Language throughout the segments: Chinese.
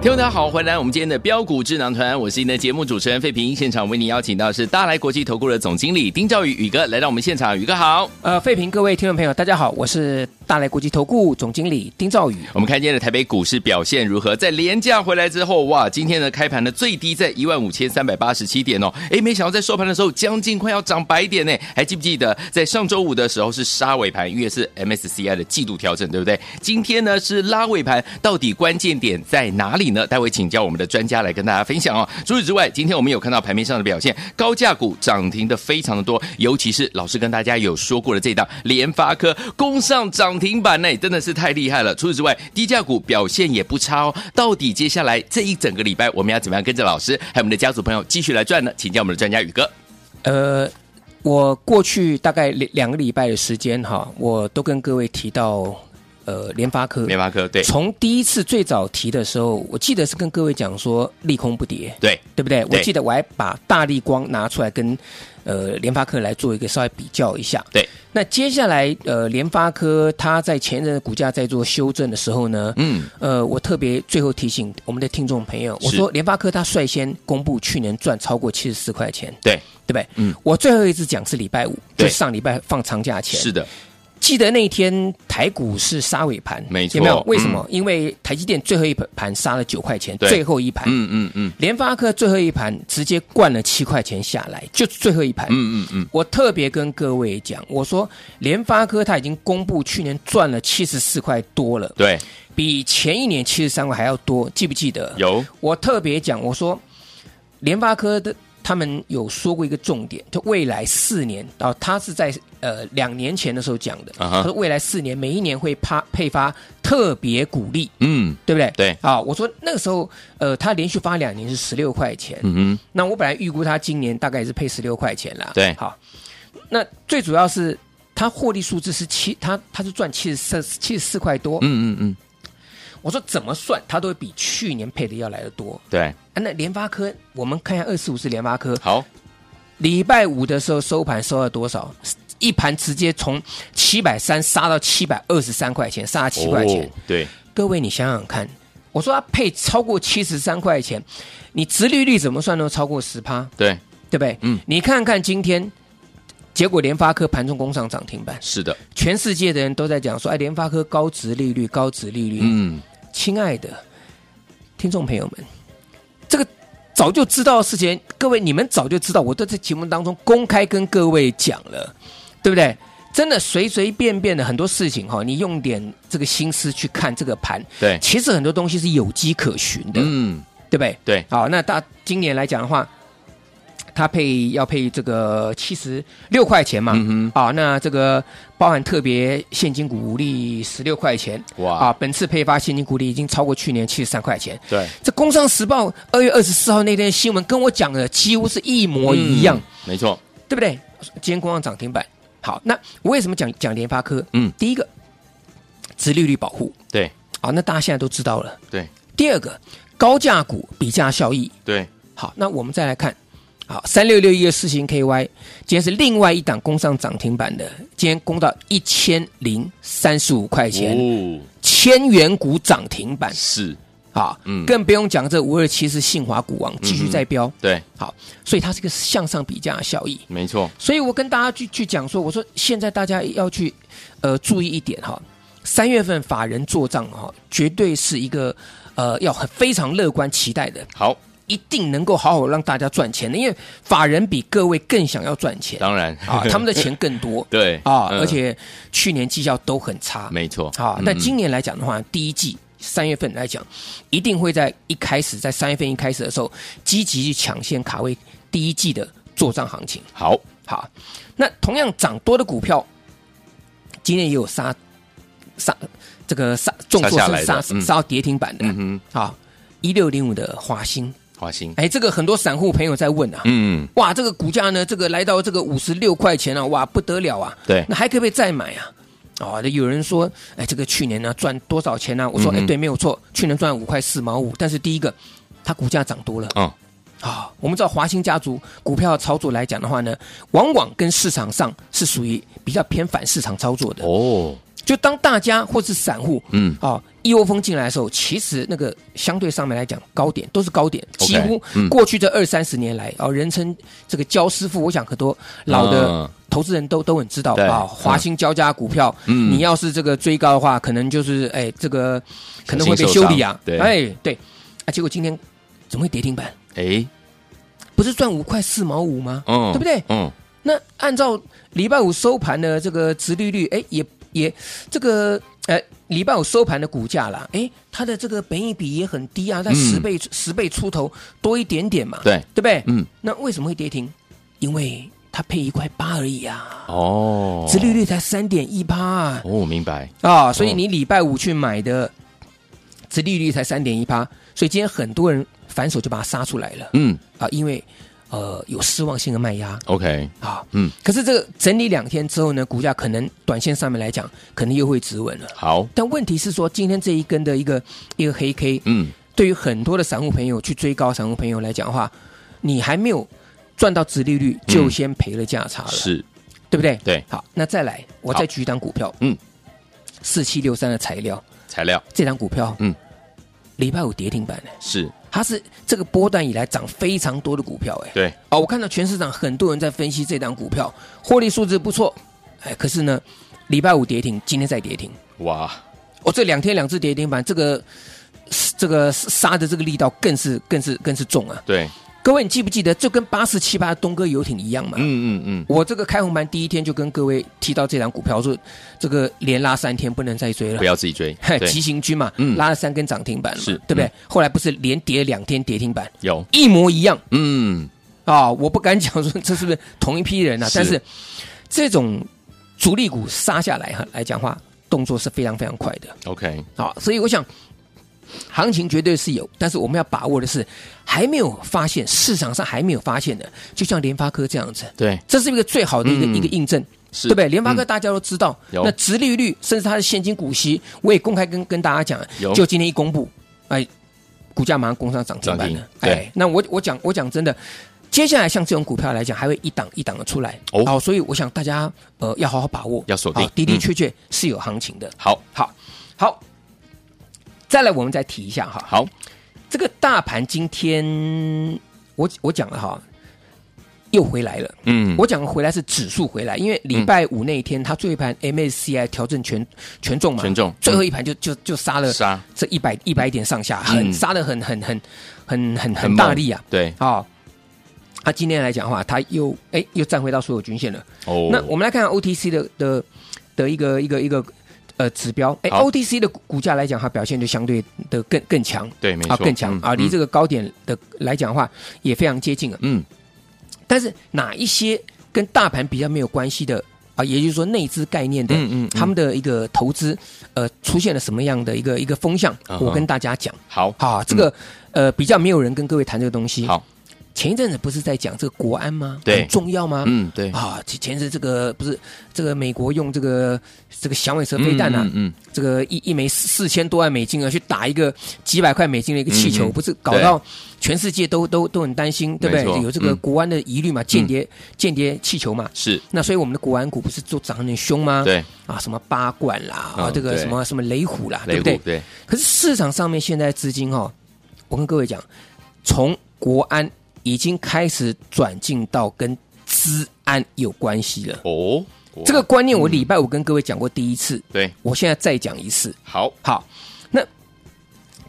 听众大家好，欢迎来我们今天的标股智囊团，我是您的节目主持人费平。现场为您邀请到的是大来国际投顾的总经理丁兆宇宇哥来到我们现场，宇哥好。呃，费评各位听众朋友，大家好，我是大来国际投顾总经理丁兆宇。我们看今天的台北股市表现如何？在廉价回来之后，哇，今天的开盘的最低在一万五千三百八十七点哦，诶，没想到在收盘的时候将近快要涨百点呢。还记不记得在上周五的时候是杀尾盘，因为是 MSCI 的季度调整，对不对？今天呢是拉尾盘，到底关键点在哪里呢？待会请教我们的专家来跟大家分享哦。除此之外，今天我们有看到盘面上的表现，高价股涨停的非常的多，尤其是老师跟大家有说过的这档联发科攻上涨停板呢，真的是太厉害了。除此之外，低价股表现也不差哦。到底接下来这一整个礼拜，我们要怎么样跟着老师还有我们的家族朋友继续来赚呢？请教我们的专家宇哥。呃，我过去大概两两个礼拜的时间哈，我都跟各位提到呃联发科。联发科，对从第一次最早提的时候，我记得是跟各位讲说利空不跌，对，对不对？对我记得我还把大力光拿出来跟呃联发科来做一个稍微比较一下。对，那接下来呃联发科它在前人的股价在做修正的时候呢，嗯，呃，我特别最后提醒我们的听众朋友，我是说联发科它率先公布去年赚超过七十四块钱，对，对不对？嗯，我最后一次讲是礼拜五，对就是上礼拜放长假前，是的，记得那一天台股是杀尾盘，没错有没有？为什嗯么？因为台积电最后一盘杀了九块钱，对最后一盘，嗯嗯嗯联发科最后一盘直接灌了七块钱下来，就最后一盘，嗯嗯嗯，我特别跟各位讲，我说联发科它已经公布去年赚了七十四块多了，对，比前一年七十三块还要多，记不记得？有，我特别讲，我说联发科的他们有说过一个重点，就未来四年，哦，他是在呃两年前的时候讲的，啊哈他说未来四年每一年会发配发特别鼓励，嗯对不对？对啊，我说那个时候，呃，他连续发两年是十六块钱，嗯哼，那我本来预估他今年大概也是配十六块钱啦。对好，那最主要是他获利数字是七，他他是赚七十四七十四块多。嗯嗯嗯，我说怎么算，他都会比去年配的要来的多。对，啊，那联发科，我们看一下二四五是联发科，好，礼拜五的时候收盘收了多少？一盘直接从七百三杀到七百二十三块钱，杀了七块钱。哦，对，各位，你想想看，我说它配超过七十三块钱，你殖利率怎么算都超过十趴。对，对不对？嗯你看看今天，结果联发科盘中攻上涨停板，是的，全世界的人都在讲说，哎，联发科高值利率，高值利率。嗯，亲爱的听众朋友们，这个早就知道的事情，各位你们早就知道，我都在节目当中公开跟各位讲了，对不对？真的随随便便的很多事情哈，你用点这个心思去看这个盘，对，其实很多东西是有迹可循的。哎嗯，对不对？对好，那大今年来讲的话，它配要配这个七十六块钱嘛，嗯啊，那这个包含特别现金股利十六块钱，哇，啊，本次配发现金股利已经超过去年七十三块钱。对，这《工商时报》二月二十四号那天新闻跟我讲的几乎是一模一样，嗯，没错，对不对？今天工商涨停板。好，那我为什么讲讲联发科？嗯，第一个，殖利率保护对，啊，那大家现在都知道了。对，第二个，高价股比价效益对，好，那我们再来看，好，三六六一的四星 KY，今天是另外一档攻上涨停板的，今天攻到一千零三十五块钱，哦，千元股涨停板是，啊，嗯更不用讲这五二七是信华股王继续在飙，对，好，所以它是个向上比价的效益。没错，所以我跟大家去去讲说，我说现在大家要去呃注意一点哈，三月份法人做账哈，绝对是一个呃要很非常乐观期待的，好，一定能够好好让大家赚钱的，因为法人比各位更想要赚钱当然 啊，他们的钱更多对啊，嗯而且去年绩效都很差，没错，啊嗯，但今年来讲的话，第一季三月份来讲，一定会在一开始，在三月份一开始的时候，积极去抢先卡位第一季的做账行情。好，好，那同样涨多的股票，今天也有杀杀这个杀重挫杀下来是的杀嗯杀到跌停板的。嗯哼，好，一六零五的华兴，华兴，哎，这个很多散户朋友在问啊，嗯，哇，这个股价呢，这个来到这个五十六块钱啊，哇，不得了啊！对那还可不可以再买啊？哦，那有人说，哎，这个去年呢、赚多少钱呢、我说，嗯哎哼，对，没有错，去年赚五块四毛五，但是第一个，它股价涨多了嗯，啊、我们知道华兴家族股票操作来讲的话呢，往往跟市场上是属于比较偏反市场操作的。哦，就当大家或是散户，嗯啊，一窝蜂进来的时候，其实那个相对上面来讲，高点都是高点， OK，几乎嗯过去这二三十年来，啊，人称这个焦师傅，我想很多老嗯的投资人都都很知道对啊，华兴交加股票，嗯你要是这个追高的话，可能就是哎，这个可能会被小心受修理伤啊，对哎对，啊，结果今天怎么会跌停板？哎，不是赚五块四毛五吗？嗯，对不对？嗯，那按照礼拜五收盘的这个殖利率，哎，也也这个呃礼拜五收盘的股价啦，哎，它的这个本益比也很低啊，在嗯十倍、十倍出头多一点点嘛，对对不对？嗯，那为什么会跌停？因为它配一块八而已啊，哦，殖利率才三点一趴啊，哦，明白，啊，所以你礼拜五去买的，殖利率才三点一趴，所以今天很多人反手就把它杀出来了嗯啊，因为呃有失望性的卖压。 ，OK，啊，嗯嗯，可是这个整理两天之后呢，股价可能短线上面来讲，可能又会止稳了。好，但问题是说，今天这一根的一个一个黑 K，嗯，对于很多的散户朋友去追高，散户朋友来讲的话，你还没有赚到值利率，就先赔了价差了，是，对不对？对好，那再来，我好再举一档股票，嗯，四七六三的材料，材料这档股票，嗯，礼拜五跌停板呢，是，它是这个波段以来涨非常多的股票，哎，对，哦，我看到全市场很多人在分析这档股票，获利数字不错，哎，可是呢，礼拜五跌停，今天再跌停，哇，哦，这两天两次跌停板，这个这个杀的这个力道更是更是更是重啊！对，各位，你记不记得，就跟八四七八东哥游艇一样嘛？嗯嗯嗯，我这个开红盘第一天就跟各位提到这档股票，我说这个连拉三天不能再追了不。要自己追，嘿对急行军嘛，嗯拉了三根涨停板了嘛，是对不对？嗯后来不是连跌两天跌停板，有，一模一样。嗯，啊、我不敢讲说这是不是同一批人啊，是但是这种主力股杀下来哈来讲话，动作是非常非常快的 OK，啊、所以我想行情绝对是有，但是我们要把握的是还没有发现市场上还没有发现的，就像联发科这样子，对，这是一个最好的一个、嗯一个印证。是，对不对？联发科嗯大家都知道，有那殖利率甚至它的现金股息，我也公开跟跟大家有讲，啊就今天一公布，哎，股价马上攻上涨停板涨了停。对哎，那我我讲我讲真的，接下来像这种股票来讲，还会一档一档的出来。哦好，所以我想大家呃要好好把握，要锁定好的的嗯确确是有行情的。好，好，好，再来我们再提一下哈，好，这个大盘今天我我讲了哈，又回来了。嗯，我讲回来是指数回来，因为礼拜五那一天，它最后一盘 MSCI 调整权权重嘛，权重最后一盘就就就杀了杀这一百一百点上下，很嗯杀的很很很很很很猛大力啊！对，啊，它今天来讲的话，它又哎又站回到所有均线了。哦，那我们来看看 OTC 的的的一个一个一个呃指标，哎好，OTC 的股股价来讲，它表现就相对的更更强对，没啊，错，更强嗯啊，离这，个高点的来讲的话，也非常接近了。嗯，但是哪一些跟大盘比较没有关系的啊，也就是说内资概念的，嗯嗯嗯他们的一个投资呃出现了什么样的一个一个风向，嗯哼我跟大家讲。好，啊，这个、呃比较没有人跟各位谈这个东西。好，前一阵子不是在讲这个国安吗？对很重要吗？嗯，对，啊，前前阵子这个不是这个美国用这个这个响尾蛇飞弹啊，嗯嗯，这个一一枚四千多万美金啊，去打一个几百块美金的一个气嗯球，嗯不是搞到全世界都都都很担心，对不没错对？有这个嗯国安的疑虑嘛，间谍、间谍气球嘛。是，那所以我们的国安股不是都涨得很凶吗？对，啊，什么八冠啦，嗯啊，这个对什么什么雷虎啊啦，对雷不对虎，？对，可是市场上面现在资金哈、哦，我跟各位讲，从国安已经开始转进到跟资安有关系了。哦，这个观嗯念我礼拜五跟各位讲过第一次，对，我现在再讲一次。好，好，那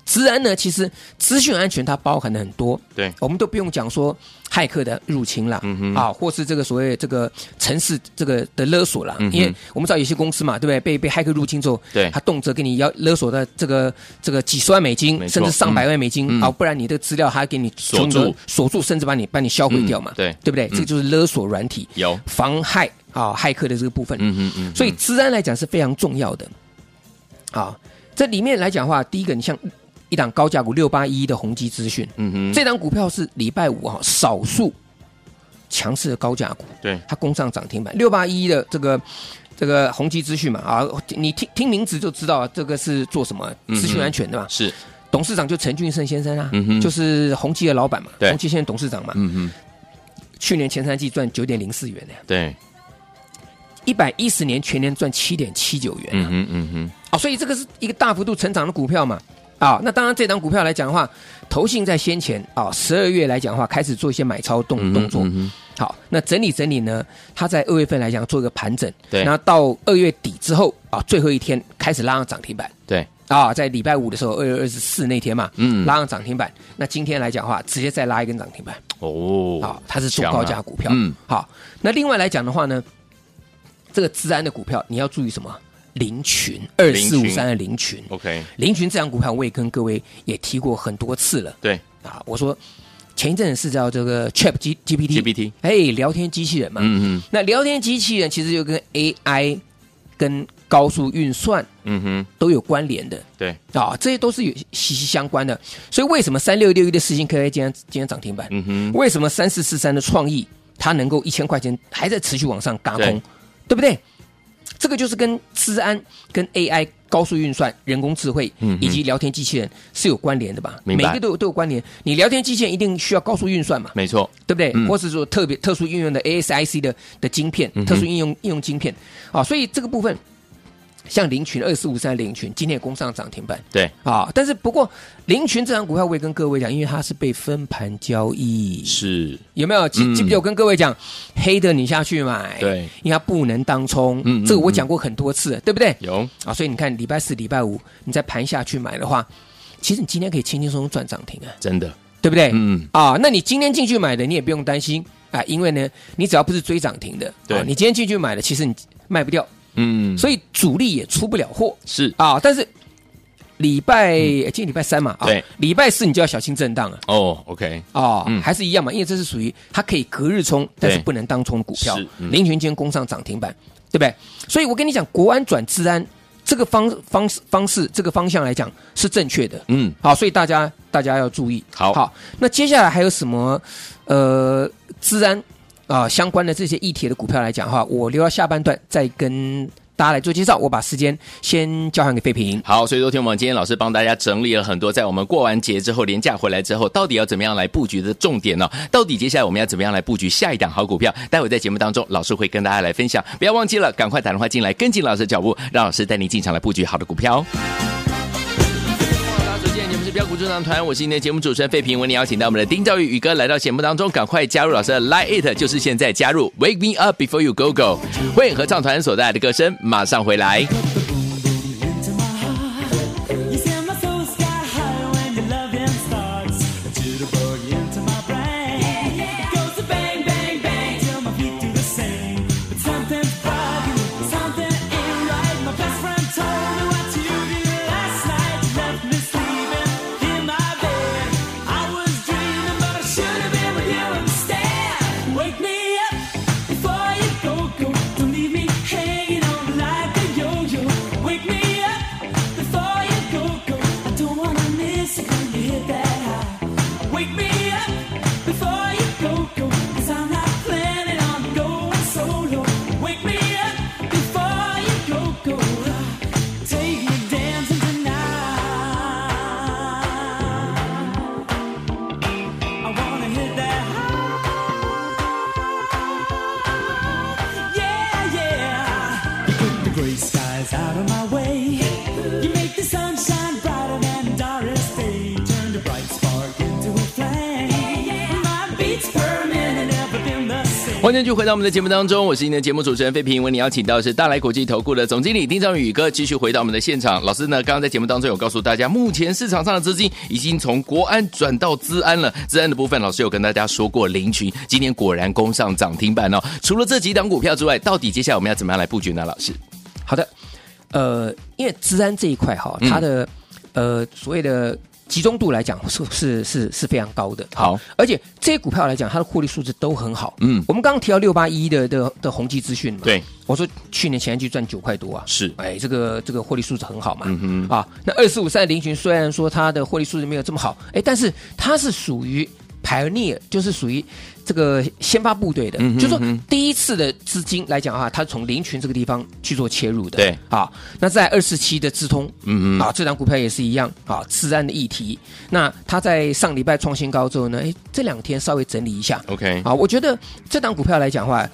自然呢，其实资讯安全它包含的很多，对我们都不用讲说骇客的入侵啦，嗯哼啊，或是这个所谓这个城市这个的勒索啦，嗯哼因为我们知道有些公司嘛，对不对？被被骇客入侵之后，对他动辄给你要勒索的这个这个几十万美金，没错甚至上百万美金、嗯嗯啊，不然你的资料还给你锁住全额锁住，甚至把你把你销毁掉嘛，嗯对对不对？嗯这就是勒索软体有，妨害啊骇客的这个部分，嗯哼嗯哼，所以治安来讲是非常重要的。啊，这里面来讲的话，第一个，你像一档高价股六八一的宏基资讯，嗯哼，这档股票是礼拜五哈少数强势的高价股，对它攻上涨停板。六八一的这个这个宏基资讯嘛啊，你听听名字就知道这个是做什么嗯哼资讯安全的嘛。是，董事长就陈俊盛先生啊，嗯哼就是宏基的老板嘛，对宏基现在董事长嘛，嗯哼，去年前三季赚九点零四元呢、对，一百一十年全年赚七点七九元、啊。嗯哼嗯哼，哦，所以这个是一个大幅度成长的股票嘛。啊、那当然，这档股票来讲的话，投信在先前啊，十、2二月来讲的话，开始做一些买超动嗯哼动作。嗯哼好，那整理整理呢，它在二月份来讲做一个盘整，对然后到二月底之后啊，最后一天开始拉上涨停板对，啊，在礼拜五的时候，二月二十四那天嘛，嗯拉上涨停板。那今天来讲的话，直接再拉一根涨停板。哦，好、它是做强啊高价股票。嗯，好，那另外来讲的话呢，这个治安的股票你要注意什么？林群二四五三的林群， ，OK，林群这张股票我也跟各位也提过很多次了对啊。我说前一阵子是叫这个 Chat G GPT， ，GPT，哎，聊天机器人嘛。嗯哼那聊天机器人其实就跟 AI 跟高速运算嗯哼，都有关联的。对，啊，这些都是有息息相关的。所以为什么三六六一的四星 KA 今天今天涨停板？嗯哼，为什么三四四三的创意它能够一千块钱还在持续往上嘎空，对对不对？这个就是跟治安、跟 AI、高速运算、人工智慧嗯哼以及聊天机器人是有关联的吧？明每白一个都有都有关联。你聊天机器人一定需要高速运算嘛，没错，对不对？嗯或是说特别特殊应用的 ASIC 的的晶片嗯哼，特殊应用应用晶片啊，所以这个部分。像林群二四五三林群，今天也攻上涨停板对，啊！但是不过林群这张股票，我也跟各位讲，因为它是被分盘交易，是，有没有记嗯记不记得我跟各位讲，黑的你下去买，对，因为它不能当冲，嗯嗯这个我讲过很多次，对不对？有，啊，所以你看礼拜四、礼拜五你再盘下去买的话，其实你今天可以轻轻松松赚涨停啊，真的，对不对？嗯，啊，那你今天进去买的，你也不用担心啊，因为呢，你只要不是追涨停的，对啊你今天进去买的，其实你卖不掉，嗯，所以主力也出不了货是，啊。但是礼拜、今天礼拜三嘛，啊嗯对，礼拜四你就要小心震荡啊。哦，OK，哦，嗯还是一样嘛，因为这是属于它可以隔日冲，但是对不能当冲的股票是。嗯林群今天攻上涨停板，对不对？所以我跟你讲，国安转治安这个方方方式，这个方向来讲是正确的。嗯，好，所以大家大家要注意。好好，那接下来还有什么呃治安啊、相关的这些议题的股票来讲的话，我留到下半段再跟大家来做介绍。我把时间先交还给费平。好，所以昨天我们今天老师帮大家整理了很多，在我们过完节之后，连假回来之后，到底要怎么样来布局的重点呢、到底接下来我们要怎么样来布局下一档好股票？待会在节目当中，老师会跟大家来分享。不要忘记了，赶快打电话进来，跟紧老师的脚步，让老师带你进场来布局好的股票哦。大家好，今天节目是标股智囊团，我是今天的节目主持人费平，为您邀请到我们的丁兆宇宇哥来到节目当中，赶快加入老师的 Like It，就是现在加入 Wake Me Up Before You Go Go，会合唱团所带来的歌声，马上回来。 into my heart. You set my soul sky high when your loving starts. A jitterbug into my brain. It goes to bang, bang, bang till my feet do the same. But something's bugging, something ain't right. My best friend told me what you did last night. You left me sleeping in my bed. I was dreaming, but I should have been with you instead. Wake me up before you go, go. Don't leave me hanging on like a yo-yo. 欢迎继续回到我们的节目当中，我是您的节目主持人费平。为您邀请到的是大来国际投顾的总经理丁兆宇宇哥，继续回到我们的现场。老师呢，刚刚在节目当中有告诉大家，目前市场上的资金已经从国安转到资安了。资安的部分，老师有跟大家说过，林群今天果然攻上涨停板哦。除了这几档股票之外，到底接下来我们要怎么样来布局呢？老师，好的，呃，因为治安这一块哈，嗯它的、呃所谓的集中度来讲是是是是非常高的。好，而且这些股票来讲，它的获利数字都很好。嗯我们刚刚提到六八一的的的宏基资讯嘛，对，我说去年前一季赚九块多啊，是哎，这个这个获利数字很好嘛。嗯啊，那二四五三零群虽然说它的获利数字没有这么好，哎，但是它是属于 pioneer，就是属于这个先发部队的，嗯哼就说嗯哼第一次的资金来讲啊，它从零群这个地方去做切入的。对啊，那在二四七的资通，嗯嗯啊，这档股票也是一样啊，治安的议题。那它在上礼拜创新高之后呢，哎，这两天稍微整理一下。 ，OK，啊，我觉得这档股票来讲的话，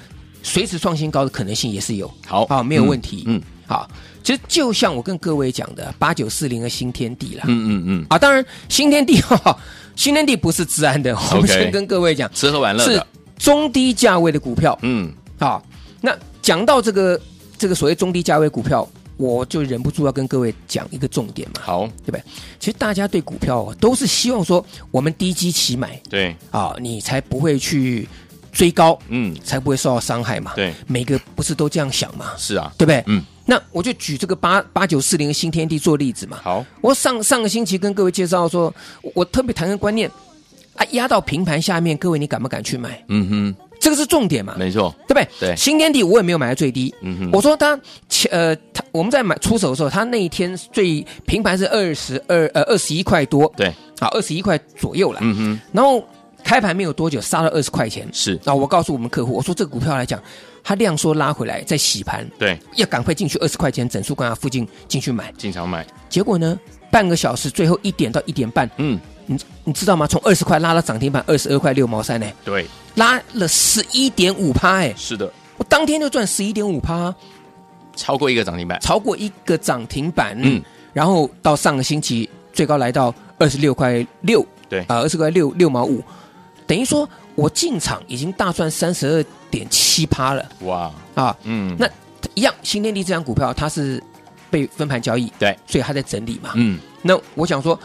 随时创新高的可能性也是有。好啊，没有问题。嗯嗯，好，其实就像我跟各位讲的，八九四零的新天地啦。嗯嗯嗯，啊，当然新天地 哈、哈，新天地不是治 安的，我 OK 们先跟各位讲，吃喝玩乐是的，中低价位的股票嗯，啊。那讲到这个这个所谓中低价位股票，我就忍不住要跟各位讲一个重点嘛，好，对不对？其实大家对股票、哦、都是希望说，我们低基期买对，啊，你才不会去追高，嗯，才不会受到伤害嘛。对每个不是都这样想嘛，是啊，对不对？嗯，那我就举这个八八九四零新天地做例子嘛。好，我上上个星期跟各位介绍说，我我特别谈个观念啊，压到平盘下面，各位你敢不敢去买？嗯这个是重点嘛哼，，没错，对不对？对新天地我也没有买到最低，嗯哼我说它前呃，它我们在买出手的时候，它那一天最平盘是二十二呃二十一块多，对，啊二十一块左右了，嗯哼，然后开盘没有多久杀了二十块钱，是，那我告诉我们客户，我说这个股票来讲，它量缩拉回来再洗盘，对，要赶快进去二十块钱整数关卡附近进去买。经常买，结果呢，半个小时最后一点到一点半，嗯，你你知道吗？从二十块拉到涨停板二十二块六毛三呢，对，拉了十一点五趴哎，是的，我当天就赚十一点五趴，超过一个涨停板，超过一个涨停板。嗯，然后到上个星期最高来到二十六块六，对啊、二十块六六毛五，等于说我进场已经大赚三十二点七趴了哇，啊。嗯，那一样，新天地这张股票它是被分盘交易，对，所以它在整理嘛。嗯，那我想说，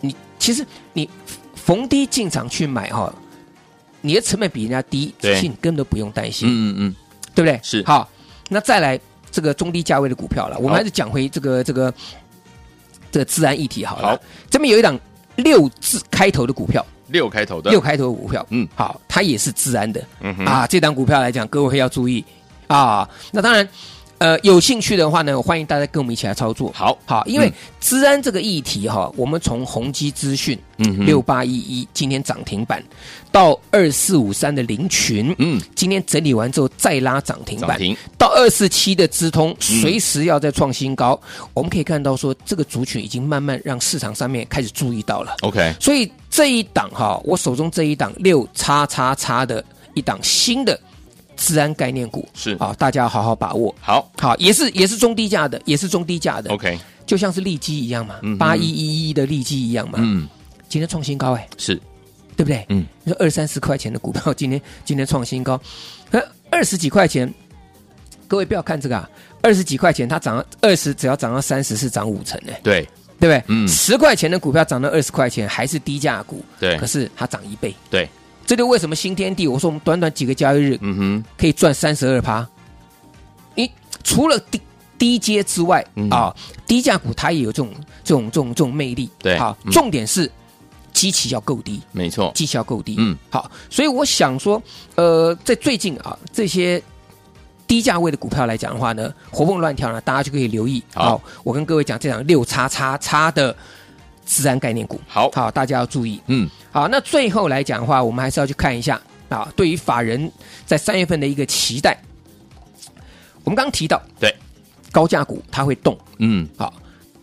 你其实你逢低进场去买哈、你的成本比人家低，对其实你根本都不用担心，嗯嗯嗯，对不对？是好，那再来这个中低价位的股票了，我好们还是讲回这个这个这个自然议题好了。好，这边有一档六字开头的股票，六开头的，六，开头的股票，嗯好，它也是自然的，嗯哼，啊，这档股票来讲，各位要注意啊。那当然，呃，有兴趣的话呢，欢迎大家跟我们一起来操作。好，好，因为嗯治安这个议题哈、我们从宏基资讯嗯哼六，八一一今天涨停板到二四五三的林群，嗯，今天整理完之后再拉涨停涨板，停，嗯到二四七的资通随时要再创新高。我们可以看到说，这个族群已经慢慢让市场上面开始注意到了。 ，OK，所以这一档哈，我手中这一档六叉叉叉的一档新的治安概念股是啊，大家好好把握。好好，也是也是中低价的，也是中低价的，OK，就像是利基一样嘛嗯哼，八一一一的利基一样嘛，嗯，今天创新高哎、是，对不对？嗯，你说二三十块钱的股票， 今天今天创新高，呃，二十几块钱，各位不要看这个啊，二十几块钱它涨二十，20只要涨到三十是涨五成哎、对对不对？嗯十块钱的股票涨到二十块钱还是低价股，对可是它涨一倍，对，这就为什么新天地，我说我们短短几个交易日嗯哼，可以赚三十二趴，你除了低低阶之外嗯啊，低价股它也有这种这种这种这种魅力，对好嗯，重点是基期要够低，没错，绩效够低。嗯，好，所以我想说，呃，在最近啊，这些低价位的股票来讲的话呢，活蹦乱跳呢，大家就可以留意。好我跟各位讲这档六叉叉叉的自然概念股，好好，大家要注意。嗯，好，那最后来讲的话，我们还是要去看一下啊，对于法人在三月份的一个期待。我们刚刚提到，对，高价股它会动，嗯，好，啊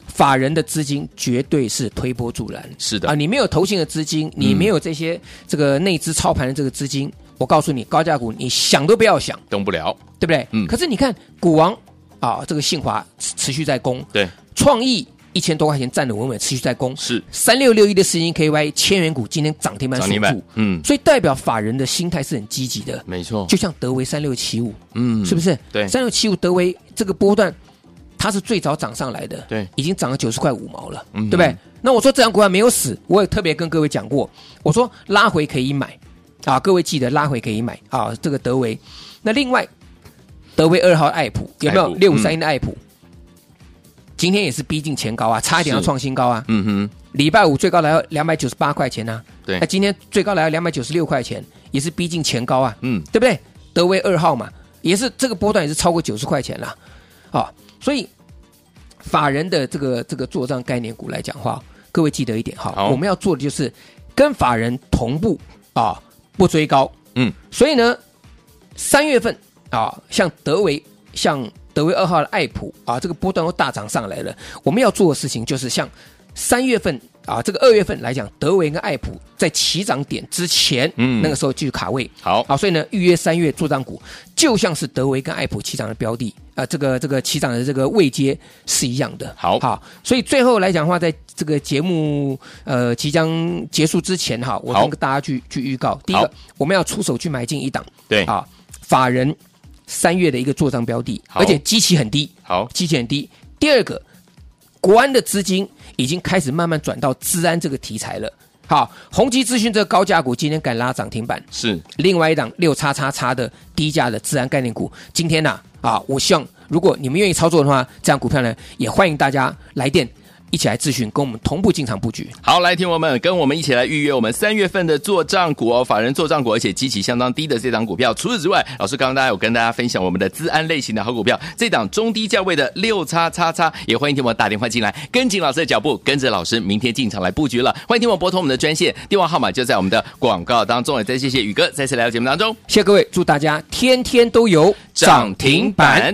法人的资金绝对是推波助澜。是啊，的，你没有投信的资金，你没有这些、这个内资操盘的这个资金，我告诉你，高价股你想都不要想，动不了，对不对？嗯可是你看，股王啊，这个信华持持续在攻，对，创意一千多块钱站得稳稳，持续在攻。是三六六一的四星 KY 千元股今天涨停板涨锁停板住，嗯哦所以代表法人的心态是很积极的，没错，就像德维三六七五，嗯是不是？对三六七五德维这个波段，它是最早涨上来的，对已经涨了九十块五毛了，嗯哼对不对？那我说这张股票没有死，我也特别跟各位讲过，我说拉回可以买啊，各位记得拉回可以买啊，这个德维。那另外，德维二号艾普有没艾有普六五三一的艾普？今天也是逼近前高啊，差一点要是创新高啊！嗯哼，礼拜五最高来到两百九十八块钱呐、对那今天最高来到两百九十六块钱，也是逼近前高啊，嗯对不对？德威二号嘛，也是这个波段也是超过九十块钱啦，啊、所以法人的这个这个做账概念股来讲话，各位记得一点哈好，我们要做的就是跟法人同步啊、不追高，嗯，所以呢，三月份啊，像德维、像德维二号的艾普啊，这个波段都大涨上来了。我们要做的事情就是像三月份啊，这个二月份来讲，德维跟艾普在起涨点之前，嗯嗯，那个时候继续卡位。好好，所以呢，预约三月做账股，就像是德维跟艾普起涨的标的啊、这个这个起涨的这个位阶是一样的。好好，所以最后来讲的话，在这个节目呃即将结束之前哈，我好跟大家去去预告，第一好个我们要出手去买进一档对，啊，法人三月的一个做账标的，好而且基期很低，好，基期很低。第二个，国安的资金已经开始慢慢转到治安这个题材了。好，宏基资讯这个高价股今天敢拉涨停板，是另外一档六叉叉叉的低价的自然概念股，今天呢啊我希望如果你们愿意操作的话，这样股票呢也欢迎大家来电一起来咨询，跟我们同步进场布局。好，来，听友们，跟我们一起来预约我们三月份的做账股哦，法人做账股，而且基期相当低的这档股票。除此之外，老师刚刚大家有跟大家分享我们的资安类型的好股票，这档中低价位的六叉叉叉，也欢迎听我们打电话进来，跟紧老师的脚步，跟着老师明天进场来布局了。欢迎听我们拨通我们的专线，电话号码就在我们的广告当中。也再谢谢宇哥再次来到节目当中，谢谢各位，祝大家天天都有涨停板。